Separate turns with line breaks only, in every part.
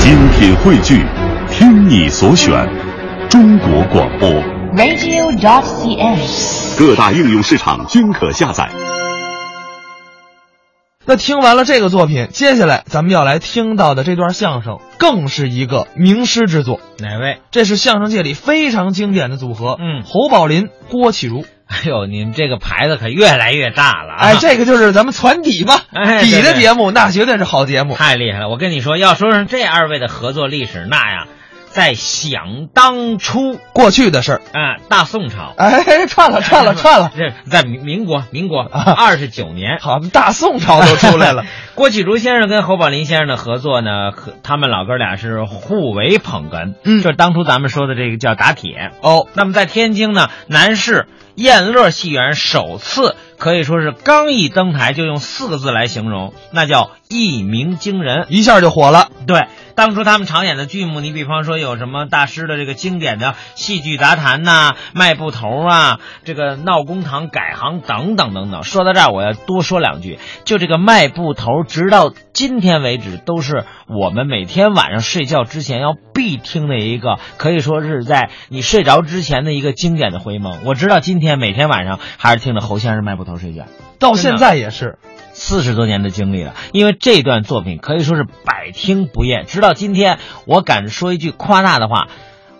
精品汇聚，听你所选，中国广播。
radio.cn。
各大应用市场均可下载。
那听完了这个作品，接下来咱们要来听到的这段相声，更是一个名师之作。
哪位？
这是相声界里非常经典的组合，
嗯
侯宝林、郭启儒。
哎呦，你们这个牌子可越来越大了、啊！
哎，这个就是咱们船底嘛，
哎
底
对
的
对
节目那绝对是好节目。
太厉害了！我跟你说，要说上这二位的合作历史，那呀，在想当初
过去的事儿，
啊，大宋朝，
哎，串了 串了串了，
这在民民国，民国
啊
二十九年，
好，大宋朝都出来了。
郭启儒先生跟侯宝林先生的合作呢，可他们老哥俩是互为捧哏，
嗯
就是当初咱们说的这个叫打铁。
哦，
那么在天津呢，南市燕乐戏园首次可以说是刚一登台就用四个字来形容，那叫一鸣惊人。
一下就火了。
对，当初他们常演的剧目，你比方说有什么大师的这个经典的戏剧杂谈呐、卖布头啊，这个闹公堂改行等等等等。说到这儿，我要多说两句，就这个卖布头，直到今天为止，都是我们每天晚上睡觉之前要必听的一个，可以说是在你睡着之前的一个经典的回梦。我直到今天每天晚上还是听着侯先生卖布头睡觉。
到现在也是，
四十多年的经历了，因为这段作品可以说是百听不厌。直到今天，我敢说一句夸大的话，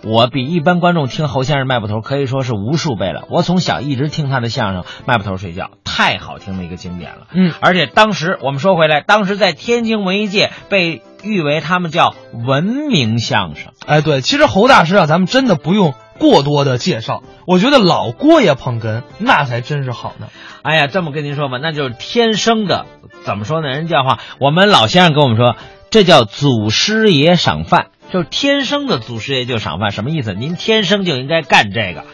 我比一般观众听侯先生卖布头可以说是无数倍了。我从小一直听他的相声《卖布头睡觉》，太好听的一个经典了。
嗯，
而且当时我们说回来，当时在天津文艺界被誉为他们叫文明相声。
哎，对，其实侯大师啊，咱们真的不用过多的介绍，我觉得老郭也捧哏，那才真是好呢。
哎呀，这么跟您说吧，那就是天生的，怎么说呢？人家话，我们老先生跟我们说，这叫祖师爷赏饭，就是天生的祖师爷就赏饭，什么意思？您天生就应该干这个。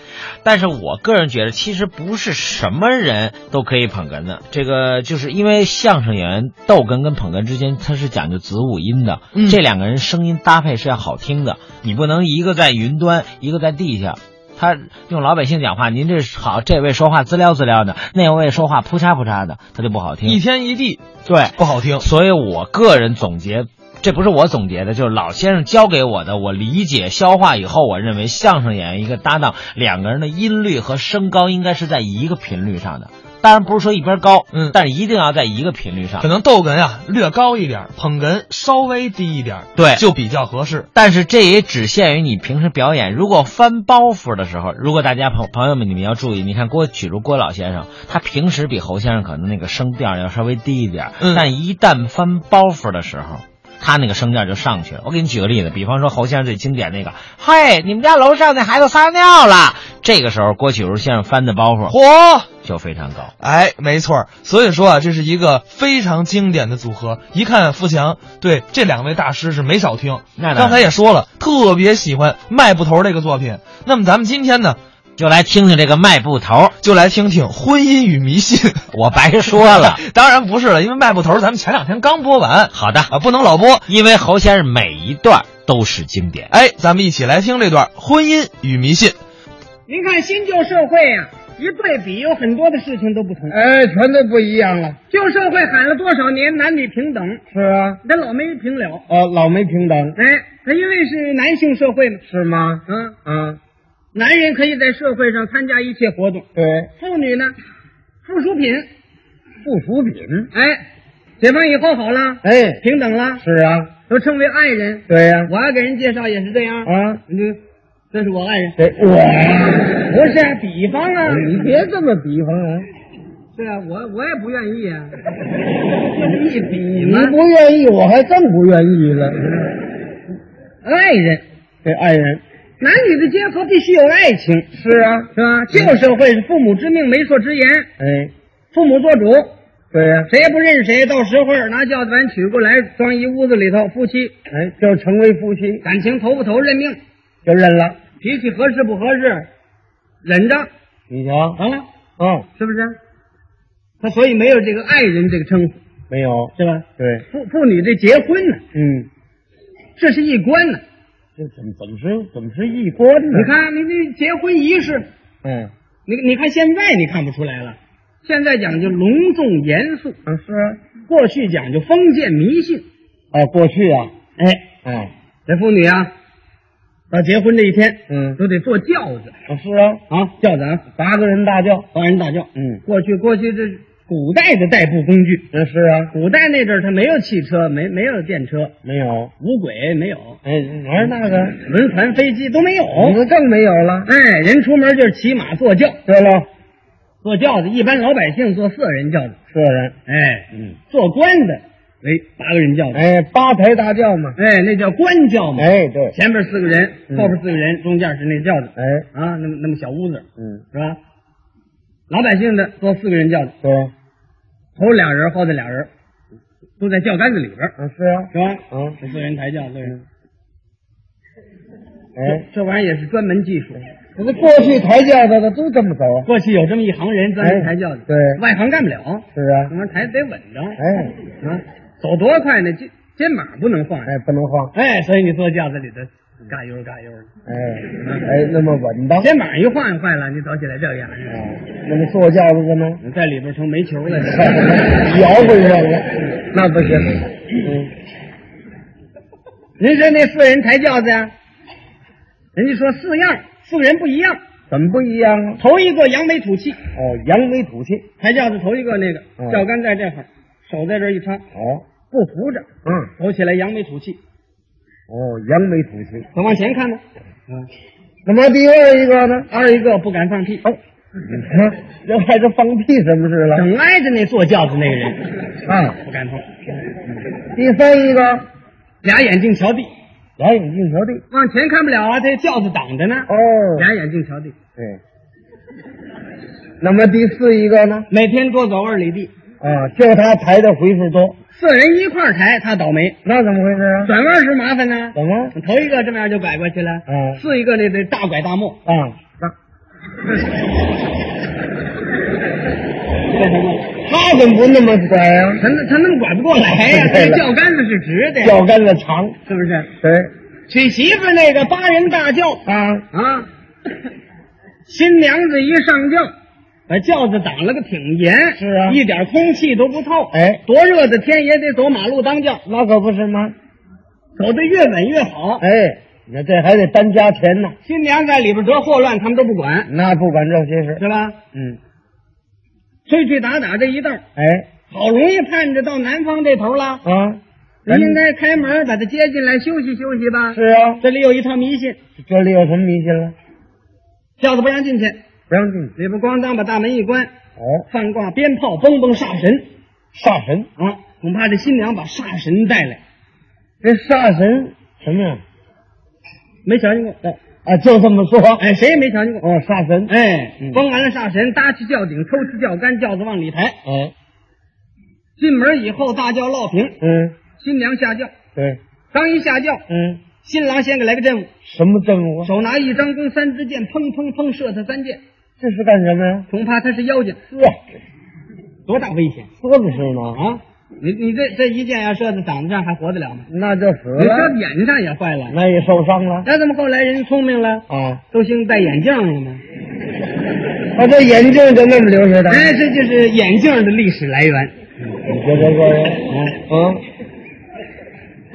但是我个人觉得，其实不是什么人都可以捧哏的。这个就是因为相声演员逗哏跟捧哏之间，它是讲究子午音的，
嗯
这两个人声音搭配是要好听的。你不能一个在云端，一个在地下。他用老百姓讲话，您这好，这位说话滋撩滋撩的，那位说话扑嚓扑嚓的，他就不好
一
听。
天一地
对，
不好听，
所以我个人总结，这不是我总结的，就是老先生教给我的，我理解消化以后，我认为相声演员一个搭档，两个人的音律和声高应该是在一个频率上的。当然不是说一边高，
嗯
但是一定要在一个频率上
可。能逗哏啊略高一点，捧哏稍微低一点，
对
就比较合适。
但是这也只限于你平时表演。如果翻包袱的时候，如果大家朋朋友们你们要注意，你看郭举如郭老先生，他平时比侯先生可能那个声调要稍微低一点，
嗯
但一旦翻包袱的时候。他那个声调就上去了。我给你举个例子，比方说侯先生最经典那个，嘿，你们家楼上那孩子撒尿了。这个时候，郭启儒先生翻的包袱
嚯！
就非常高。
哎，没错儿，所以说啊，这是一个非常经典的组合。一看富强对这两位大师是没少听。
那当然
刚才也说了，特别喜欢卖布头这个作品。那么咱们今天呢，
就来听听这个卖布头，
就来听听《婚姻与迷信》。
我白说了。
当然不是了，因为卖布头咱们前两天刚播完
好的，
啊，不能老播。
因为侯先生每一段都是经典。
哎，咱们一起来听这段《婚姻与迷信》。
您看新旧社会呀、一对比，有很多的事情都不同。
哎，全都不一样了。
旧社会喊了多少年男女平等，
是啊，
咱老没平了。
哦，老没平等
哎，它因为是男性社会嘛，
是吗？
嗯，
啊，
男人可以在社会上参加一切活动，
对，
妇女呢，附属品。
附属品。
哎，解放以后好了，
哎，
平等了，
是啊，
都称为爱人。
对呀、
我要给人介绍也是这样，
啊，
你就这是我爱人，
对，我，
不是比方啊，
你别这么比方啊！
对啊，我我也不愿意啊，一比
你
嘛，
不愿意，我还更不愿意了。
爱人。
这爱人
男女的结合必须有爱情，
是啊，
是吧？旧社会是父母之命，媒妁之言，
哎，
父母做主，
对呀、
谁也不认识谁，到时候拿轿子把你娶过来，装一屋子里头，夫妻
哎，就成为夫妻，
感情投不投认命，
就认了。
脾气合适不合适，忍着
你瞧，
啊，
哦，
是不是？他所以没有这个爱人这个称呼，
没有，
是吧？
对，
妇妇女这结婚呢，
嗯，
这是一关呢。
这怎么怎么是怎么是一关呢？
你，看，你这结婚仪式，
嗯，
你你看现在你看不出来了，现在讲究隆重严肃，
啊是啊，
过去讲究封建迷信。
啊，过去啊，
哎，
哎，
这妇女啊，到结婚这一天，
嗯
都得坐轿子
啊是啊，
啊，轿子啊，
八个人大轿，
八人大轿。
嗯，
过去过去这古代的代步工具，
这是啊，
古代那阵儿他没有汽车，没没有电车，
没有，
无轨没有，嗯
哎，我说那个，
轮船、飞机都没有。
你们更没有了。
哎，人出门就是骑马坐轿，
对了，
坐轿子一般老百姓坐四人轿子，
四人，
哎，
嗯，
做官的为八个人轿子，
哎，八抬大轿嘛，
哎，那叫官轿嘛。
哎，对，
前边四个人，
嗯
后边四个人，中间是那轿子
哎，
啊，那么那么小屋子
嗯，
是吧？老百姓的坐四个人轿子，
对，
头俩人，后头俩人，都在轿杆子里边儿，
啊是啊，
是吧？
嗯，
这四人抬轿，对，
哎，
这玩意儿也是专门技术。
可是过去抬轿子的都这么走啊，
过去有这么一行人专门抬轿子，
哎对
外行干不了，
是啊
怎，么抬得稳着
哎，
啊？走多快呢？肩肩膀不能放下，
哎，不能晃，
哎，所以你坐轿子里头嘎悠嘎悠的，
哎，哎，那么稳当，
肩膀一晃坏了，你走起来这样，
哎，那么坐轿子的呢，
你在里边成煤球了。
摇回去了，
那不行。
嗯，
您说那四人抬轿子呀、人家说四样，四个人不一样。
怎么不一样啊？
头一个扬眉吐气，
哦，扬眉吐气，
抬轿子头一个那个
嗯
轿杆在这块儿，手在这儿一插，
哦，
不扶着，
嗯，
走起来扬眉吐气。
哦，扬眉吐气，
可往前看呢，
嗯那么第二一个呢？
二一个不敢放屁，
哦，你看这还是放屁什么事了？
整挨着那坐轿子那个人
啊，
不敢动，
第三一个，
俩眼睛瞧地，
两眼镜瞧地。
往前看不了啊，这轿子挡着呢。
哦，
俩眼睛瞧地，
对。那么第四一个呢？
每天多走二里地，
啊，就他抬的回数多，
四人一块儿抬，他倒霉，
那怎么回事啊？
转弯时麻烦呢。
怎么？
头一个这么样就拐过去了，
嗯
四一个那得大拐大磨，
啊，他怎么不那么拐啊？
他那他那么拐不过来呀、
对
这
了
轿杆子是直的，呀，
脚杆子长，
是不是？
对
娶媳妇那个八人大轿
啊，
啊， 新娘子一上轿，把轿子挡了个挺严，
是啊
一点空气都不透。
哎，
多热的天也得走马路当轿，
那可不是吗？
走得越稳越好。
哎，你看这还得单加钱呢，
新娘在里边得祸乱，他们都不管，
那不管这些事，
是吧？
嗯，
吹吹打打这一道，
哎
好容易盼着到南方这头了，
啊，咱
人应该开门把他接进来休息休息吧。
是啊，
这里有一套迷信，
这里有什么迷信了？
轿子不让进去，
不让进去。
里边咣当把大门一关，
哦，
放挂鞭炮，蹦蹦煞神
煞神，
啊！恐怕这新娘把煞神带来，
这煞神什么呀？
没瞧见过。
啊，就这么说。
哎，谁也没瞧见过。
哦，煞神，
哎
嗯，
崩完了煞神，搭起轿顶，抽起轿杆，轿子往里抬。
哎，
进门以后，大轿落平，
嗯，
新娘下轿。
对，
刚一下轿，
嗯，
新郎先给来个阵舞，
什么政务啊？
手拿一张弓三支箭，砰砰砰射他三箭，
这是干什么呀？
恐怕他是妖精，
呵，
多大危险
说的是呢，
啊！你你这这一箭要射在嗓子上，还活得了吗？
那就死
你射
了，
眼睛上也坏了。
那也受伤了
那怎么后来人聪明了，
啊。
都兴戴眼镜了呢？
啊，这眼镜就那么留下的？
哎，这就是眼镜的历史来源。
你觉得这个？啊，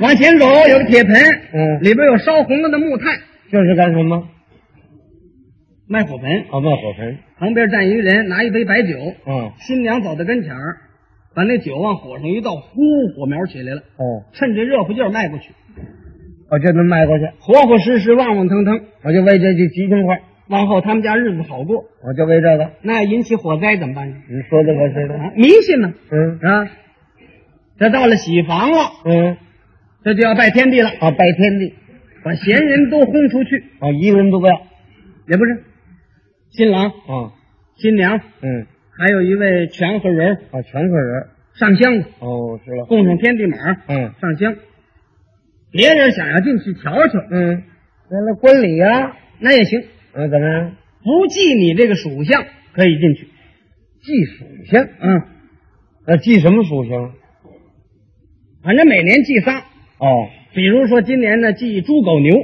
往前走有个铁盆，
嗯
里边有烧红了的木炭，
这是干什么？
卖火盆。
啊，卖火盆。
旁边站一人，拿一杯白酒。
啊，
新娘走到跟前儿，把那酒往火上一倒，呼，火苗起来了，
哦，
趁着热乎劲儿迈过去，
我就能卖过去，
活活实实，旺旺腾腾。
我就为这句吉庆话，
往后他们家日子好过，
我就为这个。
那引起火灾怎么办呢？
你说的可是的。
啊，迷信嘛，
嗯
啊，这到了喜房了，
嗯，
这就要拜天地了，
啊，拜天地，
把闲人都轰出去，
啊，一个人都不要。
也不是，新郎、
啊，
新娘，
嗯，
还有一位全和人儿
啊，全客人。
上香了，
哦，是了。
供上天地马，
嗯
上香。别人想要进去瞧瞧，
嗯，那那婚礼呀、
啊那也行，
嗯，怎么样？
不记你这个属相可以进去。
记属相，
嗯，
呃，记什么属相？
反正每年记仨，
哦，
比如说今年呢记猪狗牛，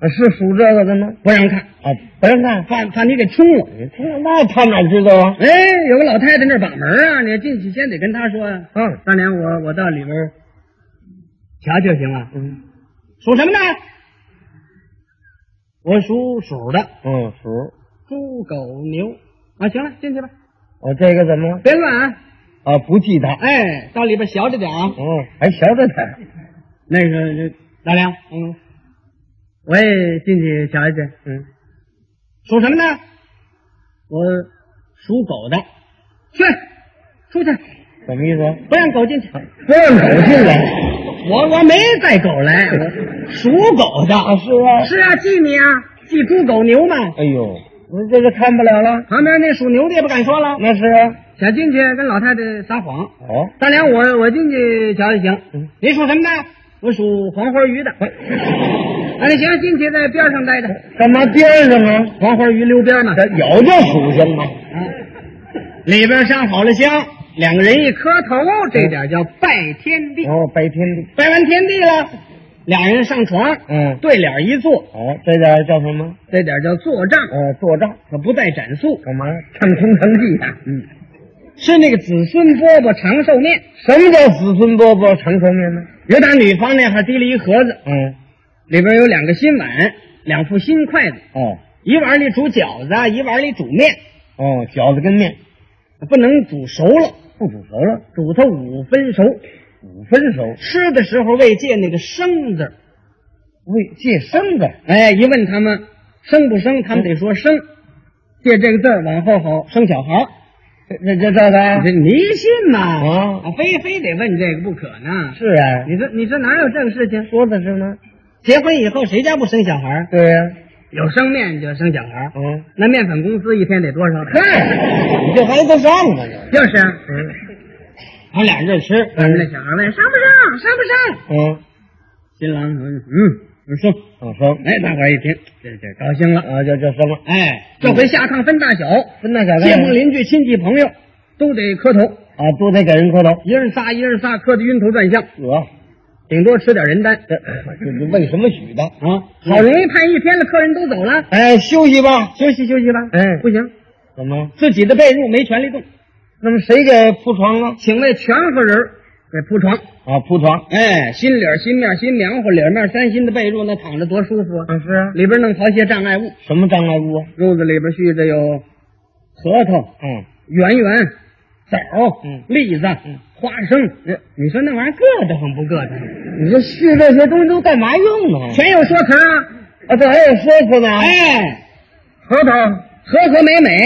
呃是属这个的吗？
不让看，
啊，不让看，
怕怕你给冲了。
那那他哪知道啊？
哎，有个老太太那儿把门啊，你进去先得跟她说啊。
嗯
当年我我到里边瞧瞧行吗？
嗯，
属什么呢？我属鼠的，
嗯，鼠。
猪、狗、牛啊。行了，进去吧，
哦，这个怎么了？
别乱啊！
啊，不记得。
哎，到里边小着点啊。
嗯，还学着呢。
那个老梁，嗯，我也进去瞧一瞧。嗯，属什么呢？我属狗的。去，出去，
什么意思？
不让狗进去。
不让狗进来。
我我没带狗来， 我属狗的。
啊，是啊。
是啊，记你啊，记猪狗牛嘛。
哎呦，我这个看不了了。
旁边那属牛的也不敢说了，
那是
想进去跟老太太撒谎。
哦，
大梁，我我进去瞧就行。您属什么的？我属黄花鱼的。哎，行，进去在边上待着。
干嘛边上啊？
黄花鱼溜边嘛，
这有这属性啊吗？
里边上好了香，两个人一磕头，这点叫拜天地。
哦，拜天地。
拜完天地了，俩人上床，
嗯
对脸一坐，哦
哦，这叫叫什么？
这点叫坐账，
呃，做账。
可不带斩速。
干嘛？唱空城计
啊
呀？嗯。
吃那个子孙饽饽长寿面，
什么叫子孙饽饽长寿面呢？
有打女方那哈提了一盒子，
嗯，
里边有两个新碗，两副新筷子，
哦
一碗里煮饺子，一碗里煮面，
哦，饺子跟面
不能煮熟了，
不煮熟了，
煮它五分熟。
五分熟，
吃的时候为戒那个生字儿，
喂，借生的。
哎，一问他们生不生，他们得说生，借这个字儿往后好生小孩儿。
这这这这
你
个
这迷信呐、
啊
非非得问这个不可呢。
是啊，
你说你说哪有这个事情？
说的是呢。
结婚以后谁家不生小孩儿？
对呀、
有生面就生小孩儿。
嗯，
那面粉公司一天得多少？
嗨，你这还得上呢？
就是啊，
嗯
他俩人吃，反正那小孩问上不上，上不上？
嗯，
新郎说嗯，我说生。
嗯生
哎，大伙儿一听，这这高兴了。
啊，就就生了，
哎，这回下炕分大小，
分大小
街
干
坊邻居、亲戚朋友嗯都得磕头，
啊，都得给人磕头。
一人仨，一人仨，磕得晕头转向，
我
顶多吃点人丹
这这你为什么许的？
啊。好容易盼一天了，客人都走了，
哎，休息吧。
休息休息吧。
哎
嗯不行，
怎么？
自己的被褥没权利动，
那么谁给铺床啊？
请为全和人儿给铺床。
啊，铺床。
哎，新里儿、新面儿、新棉花、里儿面儿三新的被褥，那躺着多舒服啊！
是啊。
里边弄好些障碍物，
什么障碍物啊？
褥子里边蓄着有核桃、
嗯，
圆圆、枣、
嗯
栗子、花生。这你说那玩意儿硌得慌不硌得慌？
你说是这些东西都干嘛用呢？
全有说词儿啊！
啊，这还有说辞呢。
哎，
核桃
和和美美，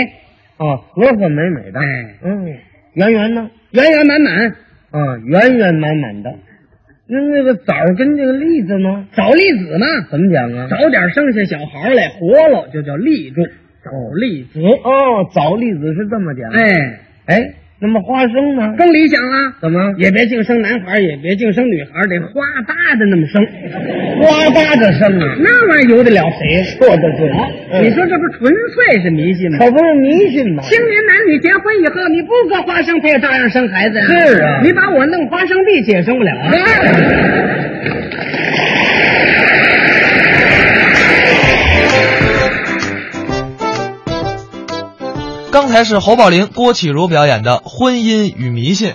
啊，和和美美的。
哎
嗯，圆圆呢？
圆圆满满，
啊，圆圆满满的。那那个枣跟这个栗子呢？
枣栗子嘛，
怎么讲啊？
早点生下小孩来，活了就叫立种，枣栗子。
哦，枣栗子是这么讲。
哎，
哎，那么花生呢？
更理想了。
怎么
嗯也别净生男孩儿，也别净生女孩儿，得花吧的那么生，
花巴的生啊？
那玩意儿由得了谁？嗯
说的对
你说这不纯粹是迷信吗？
可不是迷信吗？
哦青年男女结婚以后，你不搁花生，他也照样生孩子呀、
是啊
你把我弄花生地去也生不了啊。
刚才是侯宝林、郭启儒表演的《婚姻与迷信》。